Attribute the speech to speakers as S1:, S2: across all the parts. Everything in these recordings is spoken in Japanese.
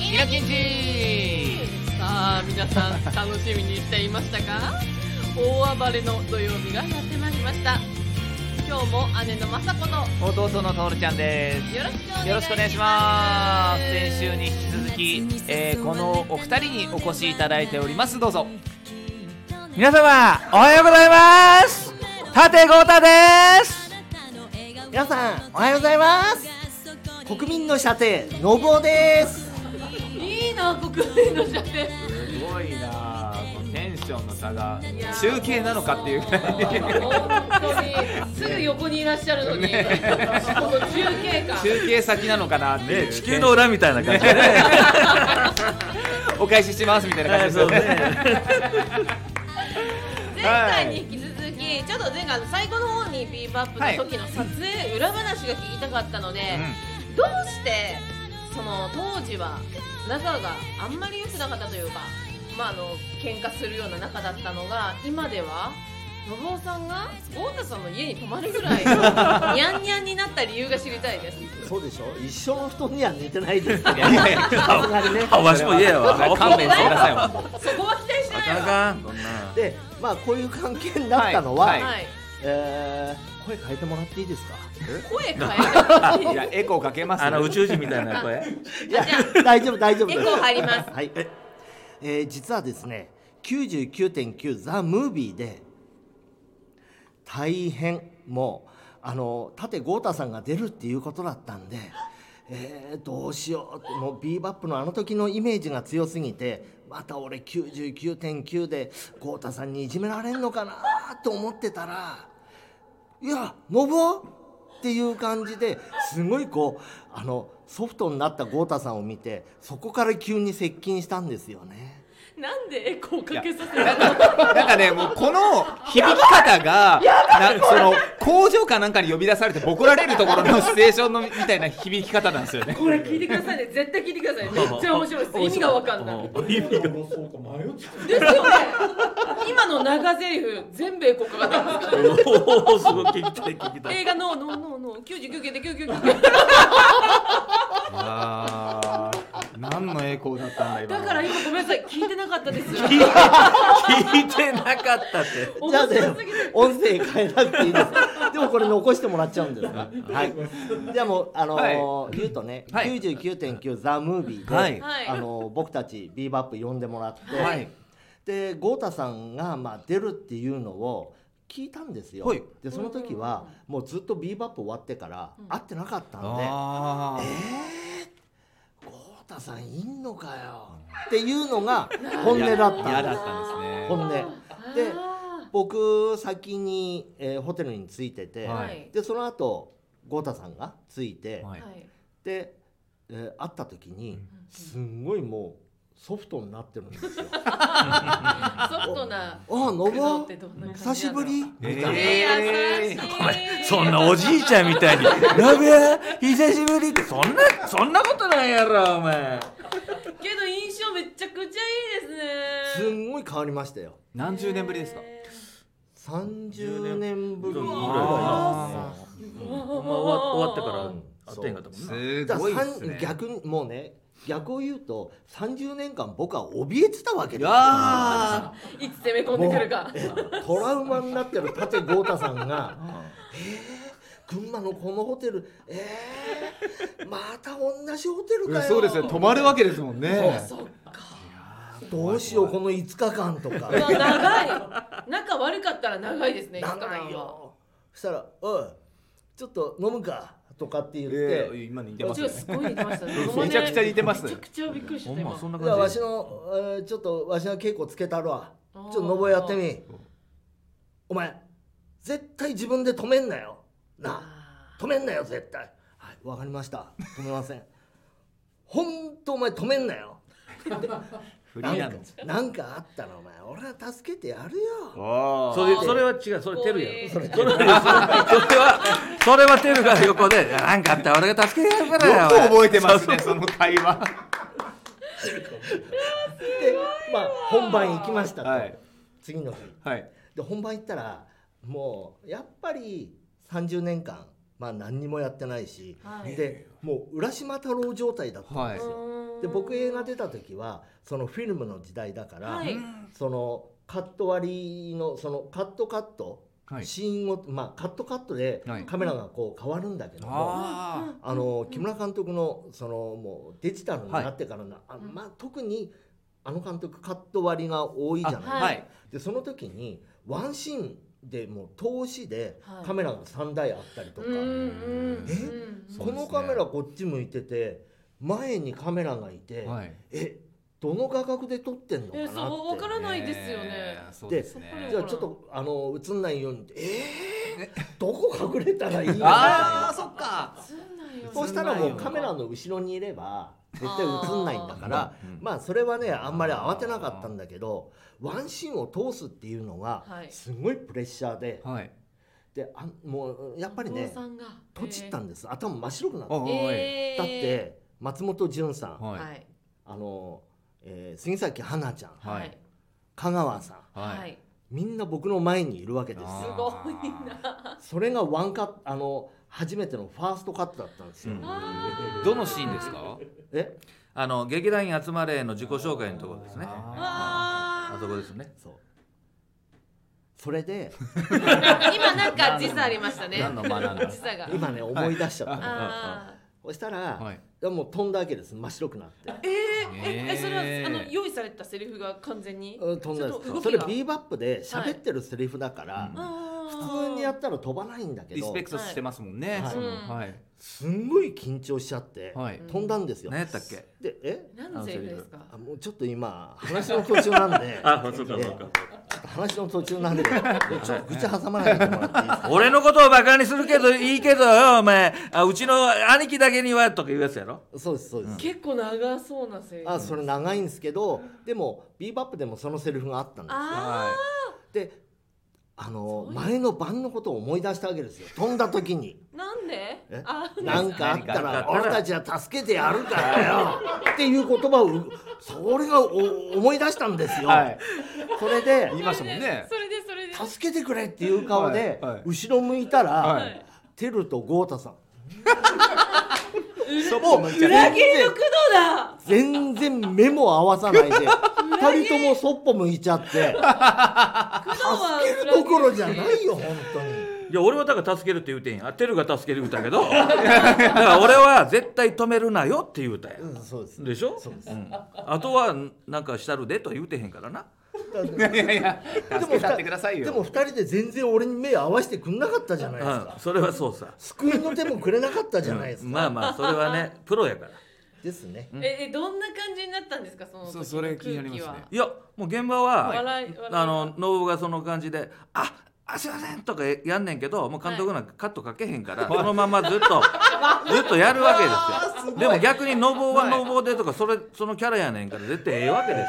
S1: イラキンチ
S2: さあ皆さん楽しみにしていましたか大暴れの土曜日がやってまいりました今日も姉の雅子と
S1: 弟のトールちゃんで
S2: よろしくお願いします
S1: すよろしくお願いします先週に引き続き、えーこのお二人にお越しいただいておりますどうぞ
S3: 皆様おはようございます立豪太 です
S4: 皆さんおはようございます国民の射程のぼうです
S2: いいな国民の射程
S1: すごいなテンションの差が中継なのか っていうぐらい
S2: 本当にすぐ横にいらっしゃるのに、この中継感
S1: 中継先なのかなっていう、
S3: 地球の裏みたいな感じでね
S1: お返ししますみたいな感じですよね
S2: 前回に引き続きちょっと前回の最後の方にビーバップの時の撮影、裏話が聞きたかったので、どうしてその当時は仲があんまり良くなかったというかまああの喧嘩するような仲だったのが今ではのぼうさんが太田さんの家に泊まるぐらいにゃんにゃんになった理由が知りたいです
S4: そうでしょ一生の布団には寝てないですよ
S1: いやいやいや
S4: さすがにね
S3: あわしも言えよ
S1: 勘弁してください
S2: そこ
S1: よ
S2: は期待して
S3: あ
S2: ない
S3: かんあ
S2: わ
S3: かんこんな
S4: でまあこういう関係になったのは、
S1: はい
S2: はい、
S4: えー、声変えてもらっていいですか
S2: 声変える
S1: いやエコーかけますね
S3: あの宇宙人みたいな声
S4: いや
S2: じゃあ
S4: 大丈夫大丈夫です
S2: エコー入ります
S4: はいえー、実はですね99.9ザ・ムービーで大変もうあの舘豪太さんが出るっていうことだったんで、えーどうしようってもうビーバップのあの時のイメージが強すぎてまた俺99.9で豪太さんにいじめられんのかなと思ってたら「いやのぼう!」っていう感じですごいこうあのソフトになった豪太さんを見てそこから急に接近したんですよね。
S2: なんでエコーかけさせ
S1: な
S2: た
S1: ん
S2: の
S1: かなんかね、もうこの響き方が、なその工場かなんかに呼び出されてボコられるところのステーションのみたいな響き方なんですよね。
S2: これ聞いてくださいね絶対聞いてくださいめっちゃ面白いです意味がわかんない
S3: 意味が
S2: ですよね今の長ゼリフ全部エコーかかってます
S3: おおすごい聞きたい聞きたい
S2: 映画のノーノーノー99件で99件
S1: あー、何の栄光だったんだ今
S2: だ
S1: の
S2: から今ごめんなさい聞いてなかったです
S3: 聞いてなかったって
S2: 面
S4: じゃあ
S2: 白
S4: ね
S2: すぎる、
S4: 音声変えなくていいです。でもこれ残してもらっちゃうんですが。はい。じゃあもう、あのー言うとね、
S1: はい
S4: 99.9ザ・ムービーで、
S3: はい
S2: はい
S4: あのー僕たちビーバップ呼んでもらって、
S3: はい
S4: で、豪太さんが、まあ、出るっていうのを、聞いたんですよ、
S3: はい
S4: でその時はもうずっとビーバップ終わってから会ってなかったんで、
S1: あ
S4: 豪太さんいんのかよっていうのが本音だったんです
S1: 嫌だったんですね。
S4: 本音で
S2: あ
S4: 僕先に、えーホテルに着いて
S2: ー
S4: て、
S2: は
S1: はい
S4: でその後豪太さんが着いて、
S1: はい
S2: はい
S4: で、えー会った時に、
S1: うん
S4: すんごいもうソフトになってるんですよ。 あ
S2: ソフトな
S4: あの
S2: 工藤
S4: ぼ
S2: ってどんな感じなの
S4: 久しぶりみたいな、
S2: えー優しい
S3: ごめんそんなおじいちゃんみたいに「やべえ久しぶり」ってそんなそんなことないやろお前
S2: けど印象めちゃくちゃいいです
S4: す
S2: ね
S4: んごい変わりましたよ。
S1: 何十年ぶりですか。
S4: 30年ぶりぐらいですね
S3: あ
S2: うわ
S3: お前終わ終わってから会っ
S4: そう
S3: てへんかったもんな
S1: す
S4: だか
S1: ごい
S4: ら
S1: で
S4: さ
S1: すね
S4: ん。逆にもうね逆を言うと30年間僕は怯えてたわけ
S1: い
S4: ですよ。
S1: や
S2: いつ攻め込んでくるか
S4: トラウマになってる舘豪太 さんが「群馬のこのホテルえー、また同じホテル
S1: ー
S4: かよ」
S1: 泊まるわけですもんね
S2: そっか
S4: どうしようこの5日間とか
S2: うわ長い仲悪かったら長いですね
S4: なんないよそしたら「おいちょっと飲むか」とかって言って
S1: えー、今似て
S2: こ
S1: ま
S2: っちが。す
S1: すね
S2: ごい似てましたね
S1: そう
S2: モノマネ
S1: めちゃくちゃ似てます
S2: めちゃくちゃびっくりし
S3: ほ
S2: た
S3: ん
S2: 今
S3: まそんな
S4: じゃあ
S3: 感
S4: わ
S3: じ
S4: しの、えーちょっとわしの稽古つけたるわち
S2: あ
S4: ょ
S2: ー
S4: っとのぼやってみお前絶対自分で止めんなよなあ
S2: あ
S4: 止めんなよ絶対はいわかりました止めません ほんとお前止めんなよ
S1: フリ
S4: なん
S1: ーな
S4: か
S1: んです。
S4: なんかあったらお前俺が助けてやるよ
S1: あ
S3: それそれは違うそれテルやろそ
S2: こう
S3: れ
S2: いう
S3: それそれはそれはテルが横でなんかあった俺が助けてやるから
S1: よく
S3: よ
S1: 覚えてますね、その会話。
S4: でまあ本番行きましたと、
S1: はい
S4: 次の日
S1: はい。
S4: で本番行ったらもうやっぱり30年間まあ何にもやってないし、
S2: はい
S4: でもう浦島太郎状態だったんですよ、
S2: うーん
S4: で僕映画出た時はそのフィルムの時代だから、
S2: はい
S4: そのカット割りのそのカットカット、
S1: はい
S4: シーンをまあカットカットで
S1: はい
S4: カメラがこう変わるんだけども、
S1: あ
S4: あの木村監督のそのもうデジタルになってからな、あまあ、特にあの監督カット割りが多いじ
S1: あ
S4: ゃないですか、
S1: はい
S4: でその時にワンシーンでもう投資で
S2: はい
S4: カメラが3台あったりとか、
S2: うんうんうん
S1: そう
S4: こ
S1: です
S4: の
S1: ね
S4: カメラこっち向いてて前にカメラがいて、
S1: はい
S4: えどの画角で撮ってんのかな
S2: え
S4: って。
S2: そうわからないですよ
S1: ね
S2: ね
S1: えそうです
S2: で
S1: ね
S4: じゃあちょっとあの映んないようにえー、どこ隠れたらいいのか
S1: あ
S4: な
S1: あそっか
S2: 映んないよね
S4: そうしたらもうカメラの後ろにいれば絶対映んないんだから
S1: あーうん
S4: まあそれはねあんまり慌てなかったんだけどワンシーンを通すっていうのが
S2: はい
S4: すごいプレッシャーで
S1: はい
S4: であんもうやっぱり
S2: お
S4: ね
S2: 父さんが
S4: 閉じったんです頭真っ白くなっ
S1: あ
S4: た
S1: おい
S2: えー
S4: だって松本潤さん
S1: はい
S2: はい
S4: あの、えー杉咲花ちゃん
S1: は
S2: はいい
S4: 香川さん
S2: は
S1: はい
S2: い
S4: みんな僕の前にいるわけですよ
S2: すごいな
S4: それがワンカットあの初めてのファーストカットだったんですよ、
S1: うん
S2: あ
S3: どのシーンですか
S4: え
S3: あの劇団員集まれの自己紹介のところですね
S2: ー
S3: あ
S2: わー
S3: そこですね
S4: そうそれで
S2: 今なんか時差ありましたね
S3: 何の間なんだ
S2: 時差が
S4: 今ね思い出しちゃった、
S2: あー
S4: そしたら、
S1: はい
S4: もう飛んだわけです真っ白くなって
S2: えー
S1: ね
S2: ええそれ
S1: え
S2: はあの用意されたセリフが完全に
S4: うん飛んだん
S2: ちょっと
S4: です
S2: 動
S4: そ
S2: き
S4: れ
S2: が
S4: ビーバップで喋ってるセリフだから、
S2: 普
S4: 普通にやったら飛ばないんだけ
S1: リス
S4: ど
S1: ペクトしてますもんね
S4: はい
S1: その
S2: うん
S1: はい
S4: すんごい緊張しちゃって、
S1: はい
S4: 飛んだんですよ、
S3: 何やったっけ
S4: でえ
S2: 何のセリフですか
S4: あもうちょっと今話の途中なんで
S3: あそうかそうか
S4: ええちょっと話の途中なんでちょっと口挟まないでもらっていいですか
S3: 俺のことをバカにするけどいいけどよお前あうちの兄貴だけにはとか言うやつやろ
S4: そうですそうです、
S2: 結構長そうなセリフ
S4: あそれ長いんですけどでもビーバップでもそのセリフがあったんです
S2: あ
S4: であの
S2: そういう
S4: 前の晩のことを思い出したわけですよ飛んだ時に
S2: ーなんで
S4: え
S2: あ
S4: なんかあ
S3: 何
S4: った
S3: かあった
S4: ら
S3: ら
S4: 俺たちは助けてやるからよっていう言葉をうそれがお思い出したんですよ、
S1: はい
S4: それで
S1: 言いましたもん ね
S2: それでそれでそれで
S4: 助けてくれっていう顔で、
S1: はいはい
S4: 後ろ向いたら、
S1: はい
S4: テルとゴータさん
S1: そこ向いちゃう
S2: 裏切りの工藤だ
S4: 全然目も合わさないで2人ともそっぽ向いちゃって
S2: 工藤は裏切
S4: どころじゃない よ本当に。
S3: いや俺はだから助けるって言うてんやテルが助ける言うたけどだから俺は絶対止めるなよって言うたやん
S4: うんそうです
S3: でしょ
S4: そうです
S3: んあとはなんかしたるでとは言うてへんからな
S1: やいやいや助けたってくださいよ
S4: でも二人で全然俺に目合わせてくんなかったじゃないですか、
S3: うんそれはそうさ
S4: 救いの手もくれなかったじゃないですか、
S3: まあまあそれはねプロやから
S4: ですね
S2: ええどんな感じになったんですかその時
S1: そ
S2: の
S1: うそれ
S2: 空
S1: 気になりま
S2: 気
S1: すね
S2: はい
S3: やもう現場は、
S2: はい笑い笑い
S3: あのノブがその感じで「ああすいません」とかやんねんけどもう監督なんかカットかけへんから、このままず っとずっとやるわけですよでも逆にノブはノブでとかそれそのキャラやねんから絶対ええわけですよ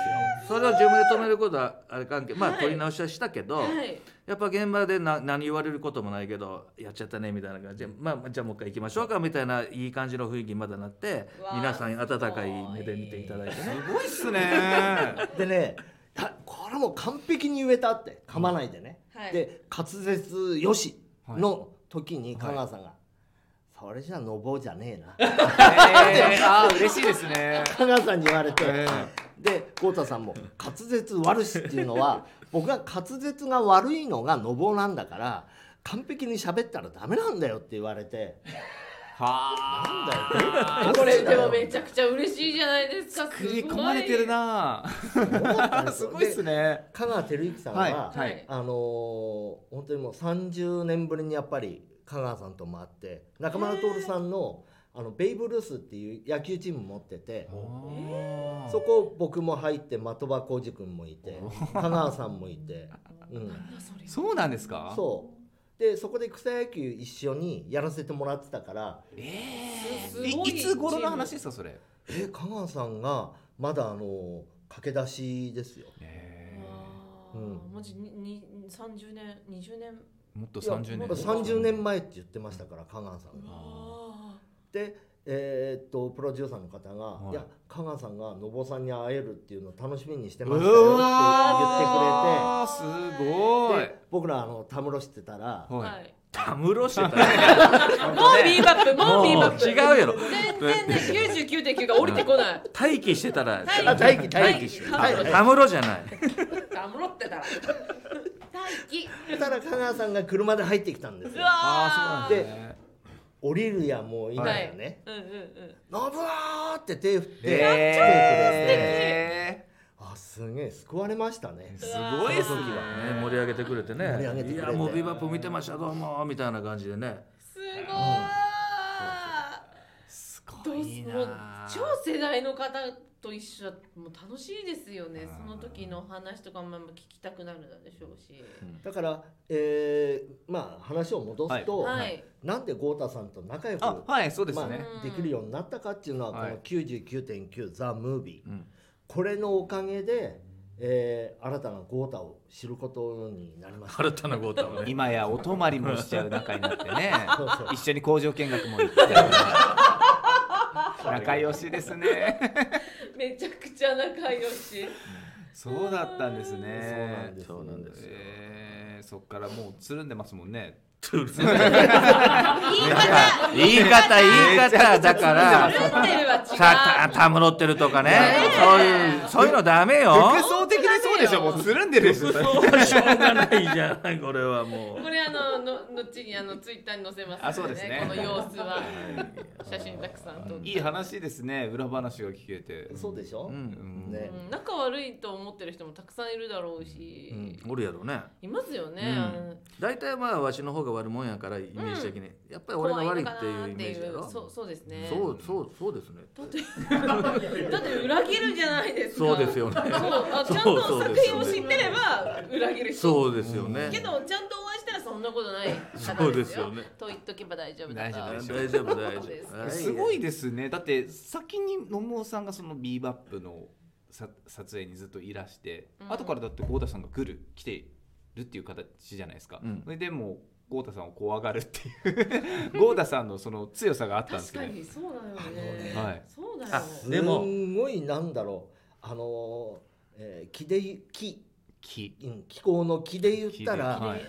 S3: それを自分で止めることはあれ関係まあ
S2: はい
S3: 撮り直しはしたけど、
S2: はい
S3: やっぱ現場でな何言われることもないけどやっちゃったねみたいな感じで、まあまあ、じゃあもう一回行きましょうかみたいないい感じの雰囲気にまだなって
S2: うわー
S3: 皆さん温かい目で見ていただいてね
S1: すごいっすね
S4: でねあこれもう完璧に言えたって噛まないでね、
S2: はい
S4: で滑舌よしの時に香川さんが、それじゃのぼうじゃねえな
S1: えーあー嬉しいです ね
S4: 香川さんに言われて、
S1: え
S4: で豪太さんも「滑舌悪し」っていうのは僕が滑舌が悪いのがのぼうなんだから完璧に喋ったらダメなんだよって言われて
S1: はあ
S4: なんだよ
S2: これでもめちゃくちゃ嬉しいじゃないですか
S1: 食い込まれてるな
S4: ゃ
S1: すごいっすね
S4: 香川照之さんは、
S1: はい
S2: すごいはい
S4: あのー本当にもう30年ぶりにやっぱり香川さんとも会って中村徹さんのあのベイブルースっていう野球チーム持っててそこ僕も入って的場浩二君もいて香川さんもいて、うん、
S1: そうなんですか
S4: そうでそこで草野球一緒にやらせてもらってたから
S2: す
S1: い
S2: ごい
S1: いつ頃の話ですかそれ
S4: え香川さんがまだあの駆け出しですよ
S2: あ
S4: うん
S2: ーマジにに30年20年
S1: もっと30年
S2: いや
S4: 30年前って言ってましたから香川さんが。
S2: あ
S4: でえーっとプロデューサーの方が「
S1: はい
S4: い、や香川さんがのぼさんに会えるっていうの楽しみにして
S1: う
S4: ましたよ」って言ってくれて
S1: わーすごい
S4: で僕らあのたむろしてたら
S2: ー
S1: は
S2: はいい
S4: 「
S3: たむろしてたね
S2: もうビーバップ もうビーバップ
S3: 違うやろ
S2: 全然ね99.9が降りてこない
S3: 待機してたら
S4: あ
S2: 待
S4: 待機待
S2: 待
S4: 機
S2: 機
S4: し
S2: してて
S4: はいはい
S3: たむろじゃない
S2: ダムロってたら待機
S4: そしたら香川さんが車で入ってきたんです
S2: う
S4: よ
S2: わ
S1: あ
S2: ー
S1: ーそうなんだね
S4: 降りるやもういないよね
S2: うんうんうん
S4: 「ノブー!」って手振って来てくれて、
S1: え
S4: あすげえ救われましたね
S1: ー、すごいっすね
S3: ね盛り上げてくれてね
S4: 盛り上げてくれ
S3: い
S4: て
S3: やもうビバップ見てましたどうもみたいな感じでね
S2: すごい
S1: す
S2: どうすもう超世代の方と一緒だもう楽しいですよねその時の話とかも聞きたくなるでしょうし
S4: だから、えーまあ話を戻すと、
S2: はいはい
S4: なんで豪太さんと仲良く
S1: あはいそうですね、
S4: まあ、できるようになったかっていうのは、
S1: はい
S4: この99.9ザ・ムービー、
S3: うん
S4: これのおかげで、えー新たな豪太を知ることにな りました。
S3: 新たなゴータをね
S1: 今やお泊まりもしちゃう仲になって ね
S4: そうそう
S1: 一緒に工場見学も行って仲良しですね
S2: めちゃくちゃ仲良し
S1: そうだったんですね
S3: そうなんですよ
S1: えーそっからもうつるんでますもんね
S3: 言い
S2: 言い方
S3: 方言い方だか
S2: ルン
S3: ら
S2: デルは違う
S3: さたたむろってるとかねそういうそういうのダメよ
S1: 服装的にそうでしょもうつるんでるでしょ
S3: はしょうがないじゃないこれはもう
S2: これあのの後にあのツイッターに載せますので、ね、
S1: あそうですね
S2: この様子は写真たくさん撮って、
S1: いい話ですね裏話が聞けて
S4: そうでしょ、
S1: ん
S4: ね
S2: うん、仲悪いと思ってる人もたくさんいるだろうし、
S3: おるやろね
S2: いますよね、
S3: 大体まあわしの方が悪もんやからイメージ的にやっぱり俺が悪いっていうイメージやろ
S2: そうそうですね
S3: そうそうそうですね
S2: だってだって裏切るじゃないですか
S3: そうですよね
S2: そうあちゃん
S3: そう
S2: と
S3: そう
S2: 作
S3: です
S2: 品
S3: よね
S2: を知ってれば裏切る人
S3: そうですよね
S2: けどちゃんとお会いしたらそんなことない方ですよ
S3: そうですよね
S2: と言っとけば大丈夫だ
S1: 大丈夫
S2: から
S1: です
S3: 大丈夫大丈
S2: そうです
S3: 夫は
S1: すごいですねだって先に野茂さんがそのビーバップのさ撮影にずっといらして、
S2: うん
S1: 後からだって豪太さんが来る来てるっていう形じゃないですか、
S3: うん
S1: それでもう豪太さんを怖がるっていう豪太さんのその強さがあったんで
S2: 確
S1: すけ
S2: か
S1: ど、
S2: にそうだよね、
S1: はい
S2: そうだよ
S3: あ
S4: で
S3: で
S4: も
S3: も
S4: すんごいなんだろうあのーえー気でゆ気
S1: 木
S4: うん気候の気で言ったら、
S1: 気ではい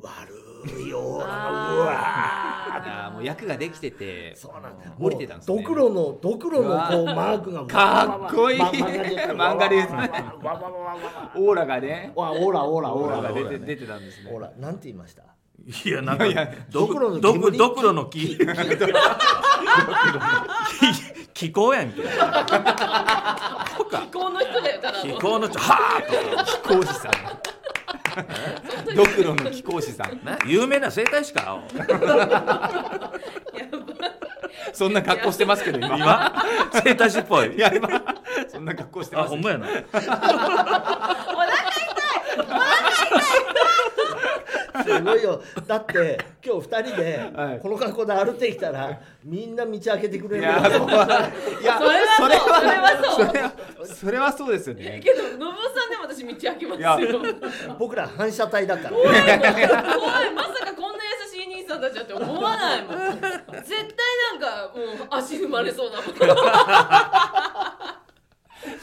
S4: 悪いよあのうわ
S2: あ
S1: あーもう役ができてて
S4: そうなんだ
S1: 降りてたんですね
S4: ドクロのドクロのこう
S1: うわ
S4: マークが
S1: かっこいい
S4: ま漫
S1: 漫
S4: 画
S1: 画
S4: で
S1: で
S4: 言
S1: 言う
S4: うと
S1: とね
S4: わわわわわわ
S1: オーラがね
S4: わオーラオーラ
S1: オー
S4: オー
S1: ラ
S4: ラ
S1: が
S4: オ
S1: 出て
S4: ーラ
S1: 出てたんですね
S4: オーラなんて言いました
S3: いやなんかドクロ
S4: ド
S3: ド
S4: クロの
S3: ク
S4: 煙
S3: ドクロの木気候やんけ
S2: あ気候の人だよただ
S3: 気
S2: の
S3: 候のちょはあと
S1: 貴公子さんドクロの貴公子さん
S3: ね有名な整体師か
S2: やば
S1: そんな格好してますけど今
S3: 今整体師っぽい
S1: いや今そんな格好して
S3: あ
S1: ます
S3: ほんまやな
S4: すごいよだって今日二人で
S1: はい
S4: この格好で歩いてきたらみんな道開けてくれ
S1: い
S4: る
S1: やそれ
S2: それはそう
S1: それはそれはそれはそうですよね
S2: けど信夫さんでも私道開けますよ
S4: 僕ら反射体だから
S2: 怖いまさかこんな優しい兄さんたちだって思わないもん絶対なんかもう足踏まれそうだもん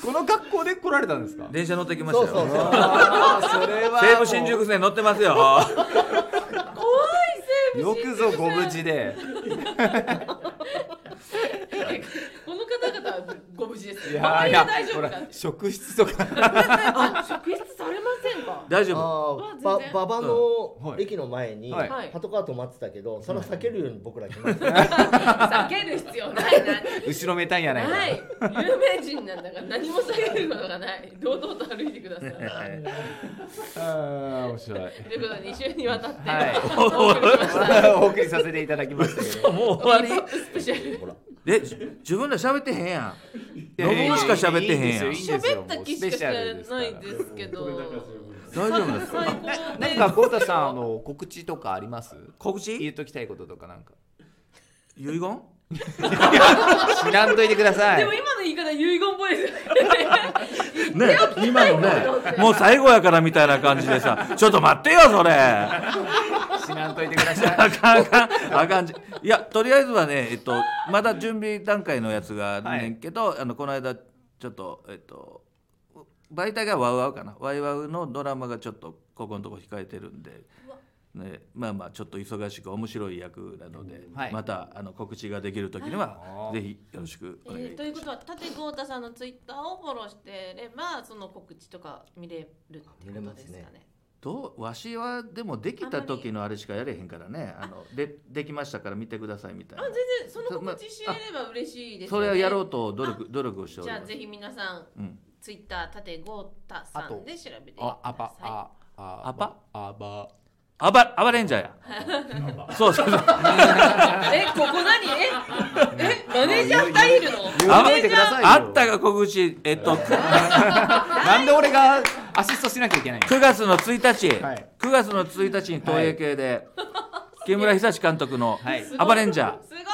S1: この格好で来られたんですか
S3: 電車乗ってきまし
S4: そう
S3: た
S4: そう
S3: よ
S4: そう
S1: あーそれは
S3: 西武新宿線乗ってますよ
S2: 怖いセー
S1: よ
S2: ブ
S1: くぞご無事で
S2: この方々はご無事です
S1: い
S2: いや
S1: やーい
S2: い
S1: や
S2: や大丈
S1: ほ
S2: 夫から
S1: 職質とか
S2: あ職質されません か
S3: 大丈夫
S4: あー
S2: まあ
S4: ば
S2: 全然
S4: 馬場
S1: うん
S4: の
S1: はい
S4: 駅の前に
S1: はい
S4: パトカー止まってたけどそれは避けるように僕ら来ました
S2: 避ける必要ないな
S1: 後ろめたいんやないか
S2: ない有名人なんだから何も避けることがない堂々と歩いてください
S1: あー面白い
S2: ということで2週にわたって、
S1: はいお送りさせていただきましたけ ど
S3: もう終
S2: ヒッ
S3: わ
S2: プスペシャル
S3: りえじ自分ら喋ってへんやん
S1: いやいやいや
S3: 信しか喋ってへんやん
S1: いいんですよ
S2: 喋った気しかしてな
S1: も
S2: いう
S1: スペシャル
S2: で
S1: です
S2: けど
S3: 大丈夫です
S2: 最高です
S1: 何か豪太さんあの告知とかあります
S3: 告
S1: 言
S3: 知
S1: っときたいこととかなんか
S3: 遺言
S1: 知らんといてください
S2: でも今の言い方遺言っぽいですよね
S3: ね今のねもう最後やからみたいな感じでさちょっと待ってよそれあ
S1: 知らんといてください
S3: かんあかんあかんじいやとりあえずはねえっとまだ準備段階のやつがあんねんけど、あのこの間ちょっとえっと媒体がワウワウかなワイワウのドラマがちょっとここのとこ控えてるんでね、まあまあちょっと忙しく面白い役なので、
S1: はい
S3: またあの告知ができる時には
S1: はい
S3: ぜひよろしく
S2: え
S3: お願い
S2: ーと
S3: いた
S2: い
S3: し
S2: う
S3: ま
S2: こ
S3: す。
S2: とは舘豪太さんのツイッターをフォローしてればその告知とか見れるっていうことです
S4: 見
S2: か
S4: れます
S2: ね
S3: どうわしはでもできた時のあれしかやれへんからねあのでできましたから見てくださいみたい
S2: あ
S3: な
S2: 全然その告知しれれば嬉しいです
S3: そ
S2: よね
S3: れをやろうと努力努力をしており
S2: じゃあ
S3: ます
S2: ぜ。ひ皆さん
S3: うん、
S2: ツイッター舘豪太さんで調べてください
S1: ああばああ
S3: アパ
S1: あば
S3: あば暴れんじゃや。そうそうそう。
S2: えここ何 ええマネージャーがいるの
S3: あ
S4: 言ってくださいよ
S3: あったが小口えっと
S1: なんで俺がアシストしなきゃいけないの
S3: 9月の1日、
S4: はい
S3: 9月の1日に東映系で、木村久志監督の
S1: はい
S3: 「アバレンジャー」
S2: すごいよ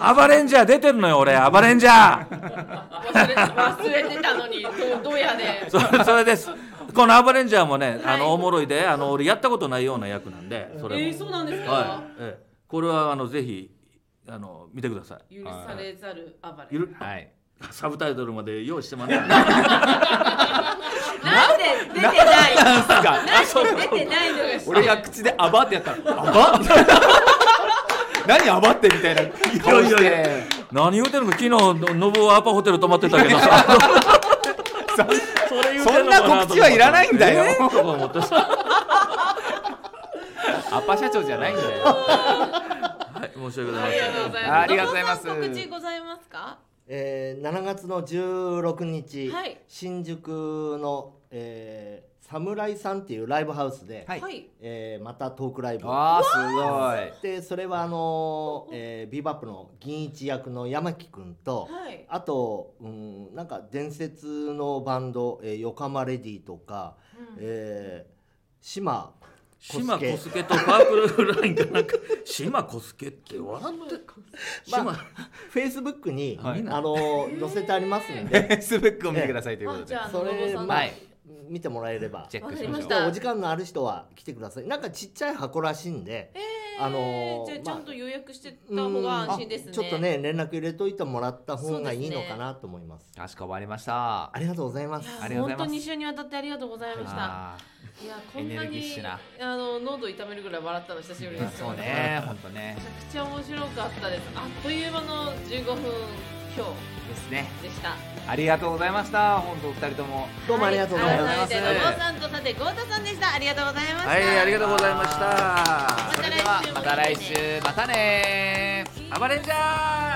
S3: アバレンジャー出てるのよ俺アバレンジャー
S2: 忘れ忘れてたのにどどうやで
S3: そそれですこのアバレンジャーもね、あ
S2: はい
S3: のおもろいであの俺やったことないような役なんでそれも、
S2: えー、そうなんですか、
S3: はいええこれはあのぜひあの見てください
S2: 許されざる暴れ
S3: ゆる
S1: はい
S3: サブタイトルまで用意してます
S2: なんで出て ない
S1: なんすか
S2: なんで出てないのよ
S1: 俺が口で「あば」ってやったら「あば」 何あばってみたいな顔して
S3: いやい 何言うてんのか昨日ののぼアパホテル泊まってたけどさ それ言うて
S1: そん
S3: の
S1: な
S3: かと思って
S1: 告知はいらないんだよ、
S3: えーとか思ってさ
S1: アパ社長じゃないんだよ
S3: はい、申し訳ござい
S2: あり
S3: ませ
S2: がとうございます
S1: ありがとうございます
S2: 後藤さん告知ございますか
S4: えー7月の16日、
S2: はい
S4: 新宿の、えー、侍さんっていうライブハウスで、
S1: は
S2: はいい、
S4: えーまたトークライブ
S1: わあすごい
S4: でそれはあのーえービーバップの銀一役の山木君と、
S2: はい
S4: あと、うん、なんか伝説のバンド、えー、ヨカマレディとか、えー、島
S3: 島小助とパープルラインがなんか島小助って笑って島、
S4: まあフェイスブックに、
S1: はい
S4: あのー載せてありますんで、
S1: Facebook を見てくださいというこ
S2: あ
S1: と
S2: じ
S1: で
S2: ゃあ
S4: そ
S2: 野
S4: れ、
S2: 呂さん
S4: まあ
S1: はい
S4: 見てもらえれば
S1: チェックし
S2: わかりま
S1: まし
S2: し
S1: ょう
S2: た
S4: お時間のある人は来てくださいなんかちっちゃい箱らしいんで、
S2: えー
S4: あのー
S2: じゃあち
S4: まあ
S2: ゃんと予約してた方が安心ですね
S4: ちょっとね連絡入れといてもらった方がいいのかなと思います
S1: かしこまりました
S4: ありがとうございます
S1: ありがとうござ
S2: 本
S1: います
S2: 当に一週にわたってありがとうございました
S1: あ
S2: いやこん
S1: エネ
S2: な
S1: ルギッ
S2: に
S1: シュな
S2: あの喉痛めるぐらい笑ったの久しぶりで
S1: ー
S2: す
S1: そうね本当ね
S2: めちゃくちゃ面白かったですあっという間の15分今
S1: ですね
S2: 日でした
S1: ありがとうございました本当お二人とも
S4: どうもありがとうございま
S2: 改め
S4: す、
S2: て野呂さんと舘豪太さんでしたありがとうございました
S3: はいありがとうございました
S2: また来週
S1: それではまた来週またねー
S3: 暴れんじゃー